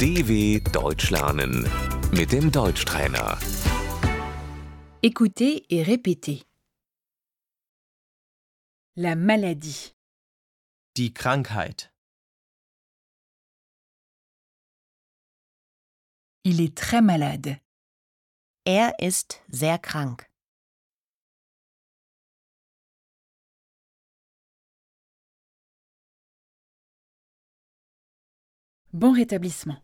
DW Deutsch lernen mit dem Deutschtrainer. Écoutez et répétez. La maladie, Die Krankheit. il est très malade. Er ist sehr krank. Bon rétablissement.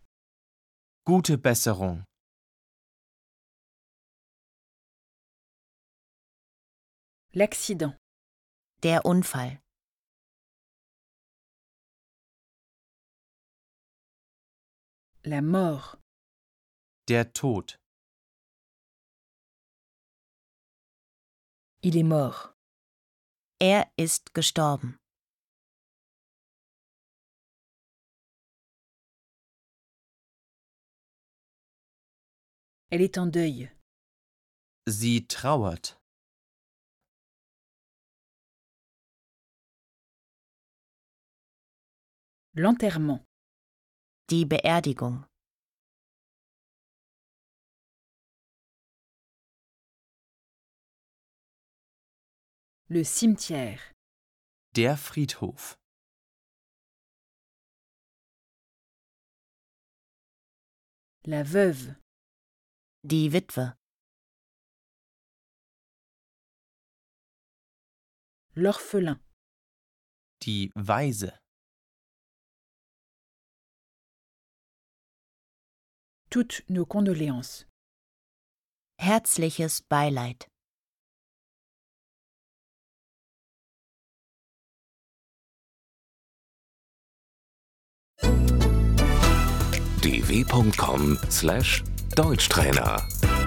Gute Besserung. L'accident, Der Unfall. la mort, Der Tod. il est mort. Er ist gestorben. Elle est en deuil. Sie trauert. L'enterrement, Die Beerdigung. le cimetière, Der Friedhof. la veuve, Die Witwe. l'orphelin, Die Weise. toutes nos condoléances. Herzliches Beileid. dw.com/deutschtrainer